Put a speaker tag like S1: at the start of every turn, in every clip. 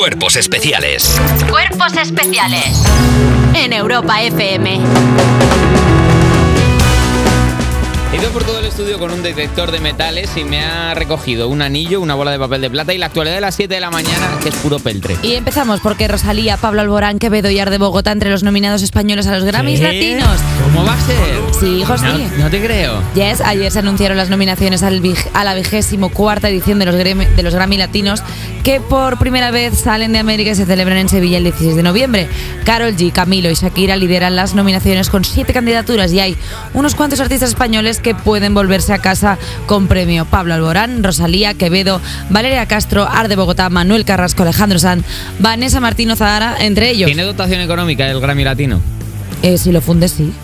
S1: Cuerpos especiales.
S2: Cuerpos especiales en Europa FM.
S3: He ido por todo el estudio con un detector de metales y me ha recogido un anillo, una bola de papel de plata y la actualidad de las 7 de la mañana, que es puro peltre.
S4: Y empezamos porque Rosalía, Pablo Alborán, Quevedo y Ar de Bogotá entre los nominados españoles a los Grammys Latinos.
S3: ¿Eh? ¿Cómo va a ser?
S4: Sí, hijos
S3: No,
S4: sí.
S3: no te creo.
S4: Yes, ayer se anunciaron las nominaciones al vig- a la vigésimo cuarta edición de los, Grammy, de los Grammy Latinos que por primera vez salen de América y se celebran en Sevilla el 16 de noviembre. Carol G, Camilo y Shakira lideran las nominaciones con siete candidaturas y hay unos cuantos artistas españoles que pueden volverse a casa con premio. Pablo Alborán, Rosalía, Quevedo, Valeria Castro, Arde Bogotá, Manuel Carrasco, Alejandro Sanz, Vanessa Martino Zahara, entre ellos.
S3: ¿Tiene dotación económica el Grammy Latino?
S4: Eh, si lo fundes, sí.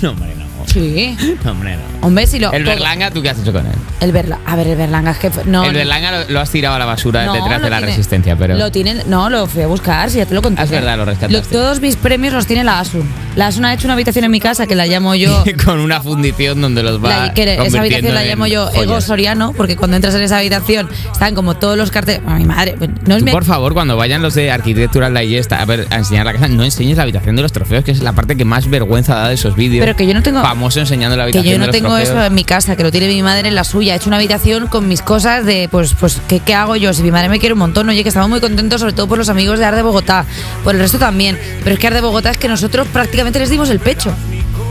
S3: no, hombre, no.
S4: Sí.
S3: No, hombre, no.
S4: Hombre, si lo...
S3: El
S4: todo-
S3: Berlanga, ¿tú qué has hecho con él?
S4: El Berla, a ver, el Berlanga es que fue- no.
S3: el Berlanga lo, lo has tirado a la basura
S4: no,
S3: detrás
S4: lo
S3: de la
S4: tiene-
S3: resistencia, pero.
S4: Lo tienen, no, lo fui a buscar, si ya te lo conté.
S3: Ah, es verdad, lo rescataste.
S4: todos mis premios los tiene la ASUN. La ASUN ha hecho una habitación en mi casa que la llamo yo.
S3: con una fundición donde los va.
S4: la- que esa habitación la llamo yo Ego
S3: Sorry.
S4: Soriano, porque cuando entras en esa habitación están como todos los carteles. Bueno, mi madre, bueno, no es
S3: Tú,
S4: mi-
S3: por favor, cuando vayan los de arquitectura la IESTA a, ver, a enseñar la casa, no enseñes la habitación de los trofeos, que es la parte que más vergüenza da de esos vídeos.
S4: Pero que yo no tengo-
S3: Famoso enseñando la
S4: Que
S3: habitación.
S4: yo no
S3: de los
S4: tengo
S3: trofeos.
S4: eso en mi casa, que lo tiene mi madre en la suya. He hecho una habitación con mis cosas de, pues, pues ¿qué, qué hago yo? Si mi madre me quiere un montón, oye, que estamos muy contentos, sobre todo por los amigos de Arde Bogotá, por el resto también. Pero es que Arde Bogotá es que nosotros prácticamente les dimos el pecho.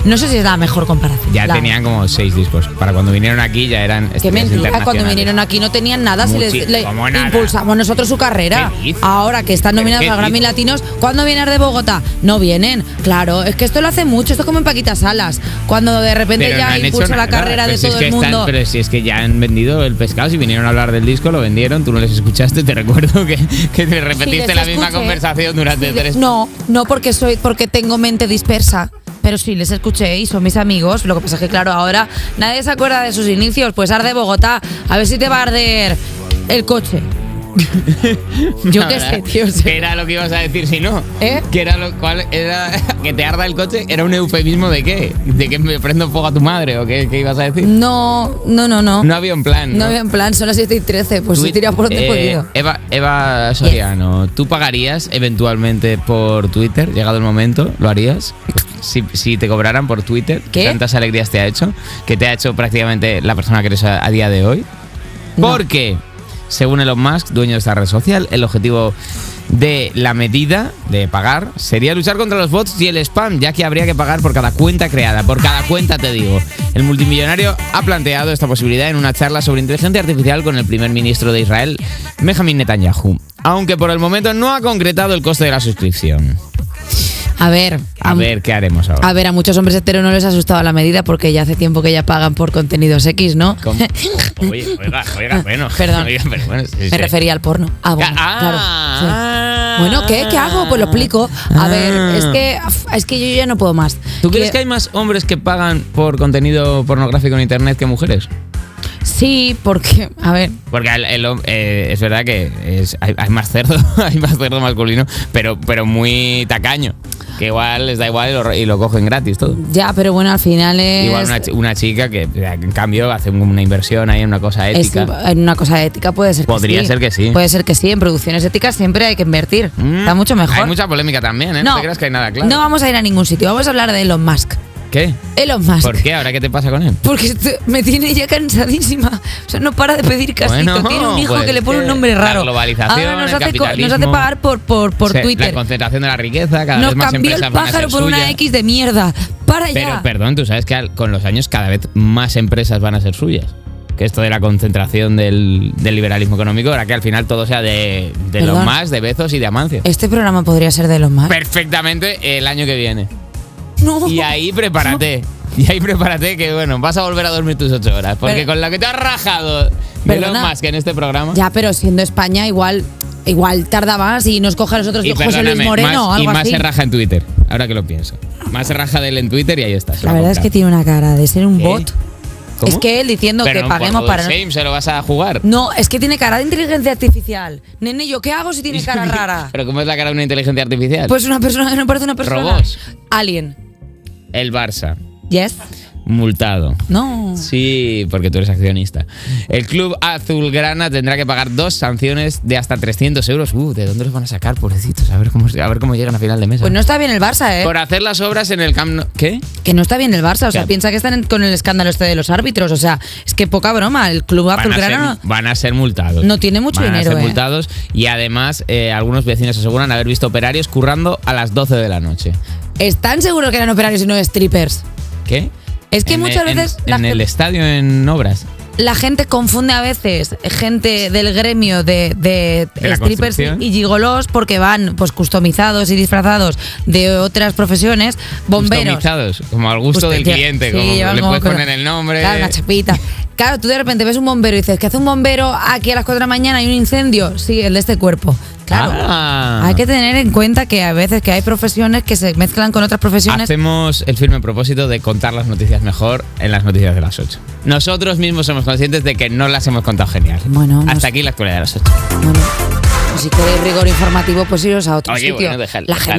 S4: No sé si es la mejor comparación.
S3: Ya
S4: La-
S3: tenían como seis discos. Para cuando vinieron aquí ya eran.
S4: Qué
S3: estrellas
S4: mentira, cuando
S3: internacionales.
S4: vinieron aquí no tenían nada, si les,
S3: Muchi-
S4: le-
S3: como nada.
S4: impulsamos nosotros su carrera.
S3: ¿Qué dices?
S4: Ahora que están nominados
S3: ¿Qué
S4: a Grammy
S3: dices?
S4: Latinos, ¿cuándo viene Arde Bogotá? No vienen, claro, es que esto lo hace mucho, esto es como en Paquita Salas, cuando de repente
S3: Pero no
S4: ya
S3: han hecho
S4: impulsa la
S3: nada.
S4: carrera
S3: Pero
S4: de
S3: si es
S4: todo
S3: que
S4: el
S3: están-
S4: mundo.
S3: pero si es que ya han vendido el pescado, si vinieron a hablar del disco, lo vendieron, tú no les escuchaste. Te recuerdo que, que te repetiste
S4: les
S3: la misma
S4: escuché.
S3: conversación durante
S4: Sí,
S3: tres.
S4: No, no porque soy porque tengo mente dispersa. Pero sí, les escuché y son mis amigos. Lo que pasa es que, claro, ahora nadie se acuerda de sus inicios. Pues arde Bogotá. A ver si te va a arder el coche. Yo qué sé, tío. o sea,
S3: ¿Qué era lo que ibas a decir si no?
S4: ¿Eh?
S3: ¿Qué era lo cual era que te arda el coche? ¿Era un eufemismo de qué? ¿De que me prendo fuego a tu madre o qué, qué ibas a decir?
S4: No, no, no, no.
S3: No había un plan.
S4: No había en plan, son las 7 y 13. Pues he
S3: Tweet-
S4: tirado por donde he
S3: eh,
S4: podido.
S3: Eva, Eva Soriano, ¿tú pagarías eventualmente por Twitter? Llegado el momento, ¿lo harías? Pues Si, si te cobraran por Twitter,
S4: ¿Qué?
S3: tantas alegrías te ha hecho, que te ha hecho prácticamente la persona que eres a, a día de hoy. Porque, según Elon Musk, dueño de esta red social, el objetivo de la medida de pagar sería luchar contra los bots y el spam, ya que habría que pagar por cada cuenta creada, por cada cuenta te digo. El multimillonario ha planteado esta posibilidad en una charla sobre inteligencia artificial con el primer ministro de Israel, Benjamin Netanyahu, aunque por el momento no ha concretado el coste de la suscripción.
S4: A ver.
S3: A ver qué haremos ahora.
S4: A ver, a muchos hombres heteros no les ha asustado la medida porque ya hace tiempo que ya pagan por contenidos X, ¿no?
S3: ¿Cómo? Oye, oiga, oiga, bueno.
S4: Perdón.
S3: Oiga, pero bueno, sí, sí. ah,
S4: Me refería al porno. Ah, bueno, claro. sí. Bueno, ¿qué? ¿Qué hago? Pues lo explico. A ver, es que, es que yo ya no puedo más.
S3: Ah. ¿Tú crees que hay más hombres que pagan por contenido pornográfico en internet que mujeres?
S4: Sí, porque, a ver,
S3: Porque el- el hom- eh, es verdad que es- hay, hay más cerdo, hay más cerdo masculino, pero, pero muy tacaño. Que igual les da igual y lo, y lo cogen gratis todo.
S4: ya, pero bueno, al final es...
S3: Igual una, chi- una chica que en cambio hace un- una inversión ahí en una cosa
S4: es-
S3: ética.
S4: en una cosa ética puede ser
S3: Podría
S4: que sí.
S3: ser que sí.
S4: Puede ser que sí. En producciones éticas siempre hay que invertir.
S3: Mm.
S4: Está mucho mejor.
S3: Hay mucha polémica también, ¿eh? No, te creas que hay nada claro.
S4: No vamos a ir a ningún sitio. Vamos a hablar de Elon Musk.
S3: ¿Qué?
S4: Elon Musk.
S3: ¿Por qué? ¿Ahora qué te pasa con él?
S4: Porque esto- me tiene ya cansadísima. O sea, no para de pedir casito.
S3: Bueno,
S4: tiene un hijo
S3: pues
S4: que le pone
S3: que
S4: un nombre
S3: la
S4: raro.
S3: globalización,
S4: Ahora nos,
S3: el
S4: hace, co- nos hace
S3: capitalismo.
S4: pagar por, por,
S3: O
S4: por
S3: sea,
S4: Twitter.
S3: La concentración de la riqueza, cada
S4: Nos
S3: vez más
S4: cambió
S3: empresas
S4: el
S3: van a ser
S4: pájaro por una
S3: suyas.
S4: X de mierda. Para
S3: Pero
S4: ya.
S3: perdón, tú sabes que al- con los años cada vez más empresas van a ser suyas. Que esto de la concentración del, del liberalismo económico era que al final todo sea de, de los
S4: Perdón. ah.
S3: más, de Bezos y de Amancio.
S4: este programa podría ser de los más.
S3: Perfectamente el año que viene.
S4: no.
S3: Y ahí prepárate. Y ahí prepárate que, bueno, vas a volver a dormir tus ocho horas. Porque
S4: Pero-
S3: con lo que te has rajado de los
S4: Perdona.
S3: más que en este programa.
S4: Ya, pero siendo España, igual igual tarda más y nos coge a nosotros
S3: Y
S4: José Luis
S3: perdóname,
S4: Moreno o
S3: más, y
S4: algo
S3: más
S4: así.
S3: se raja en Twitter. Ahora que lo pienso. Más se raja de él en Twitter y ahí está. se lo
S4: La
S3: ha
S4: verdad es que
S3: comprado.
S4: tiene una cara de ser un
S3: ¿Qué?
S4: bot.
S3: ¿Cómo?
S4: Es que él diciendo
S3: Pero
S4: que
S3: por
S4: paguemos
S3: lo
S4: para.
S3: de Shame se lo vas a jugar.
S4: No, es que tiene cara de inteligencia artificial. Nene, ¿yo qué hago si tiene cara rara?
S3: Pero ¿cómo es la cara de una inteligencia artificial?
S4: Pues una persona que no parece una persona.
S3: Robots.
S4: Alien.
S3: el Barça.
S4: Yes.
S3: multado.
S4: Ah. No.
S3: Sí, porque tú eres accionista. El club azulgrana tendrá que pagar dos sanciones de hasta 300 euros. Uh, ¿de dónde los van a sacar, pobrecitos? A ver cómo, a ver cómo llegan a final de mesa.
S4: Pues no está bien el Barça, ¿eh?
S3: Por hacer las obras en el Camp Nou- ¿Qué?
S4: Que no está bien el Barça. O sea,
S3: Que-
S4: piensa que están en- con el escándalo este de los árbitros. O sea, es que poca broma. El club
S3: Van a,
S4: azulgrana.
S3: ser, van a ser multados.
S4: No tiene mucho
S3: Van
S4: dinero,
S3: A ser
S4: eh.
S3: multados y además eh, algunos vecinos aseguran haber visto operarios currando a las 12 de la noche.
S4: ¿Están seguros que eran operarios y no strippers?
S3: ¿Qué?
S4: Es que
S3: En
S4: muchas
S3: el- en-
S4: veces
S3: En,
S4: la
S3: el
S4: gente-
S3: estadio, en obras.
S4: La gente confunde a veces gente del gremio de, de
S3: De la
S4: strippers
S3: construcción.
S4: y gigolos porque van pues customizados y disfrazados de otras profesiones, bomberos.
S3: Customizados, como al gusto del
S4: Usted,
S3: cliente,
S4: Pues sí,
S3: como
S4: llevan
S3: le puedes
S4: con-
S3: poner el nombre.
S4: Claro, una chapita. Claro, tú de repente ves un bombero y dices, ¿qué hace un bombero aquí a las 4 de la mañana? Hay un incendio. Sí, el de este cuerpo. Claro.
S3: Ah.
S4: Hay que tener en cuenta que a veces que hay profesiones que se mezclan con otras profesiones.
S3: Hacemos el firme propósito de contar las noticias mejor en las noticias de las 8. Nosotros mismos somos conscientes de que no las hemos contado genial.
S4: Bueno,
S3: Hasta
S4: nos-
S3: aquí la escuela de las 8.
S4: Bueno, pues si queréis rigor informativo, pues iros a otro
S3: Oye,
S4: sitio.
S3: bueno, deja-
S4: la gente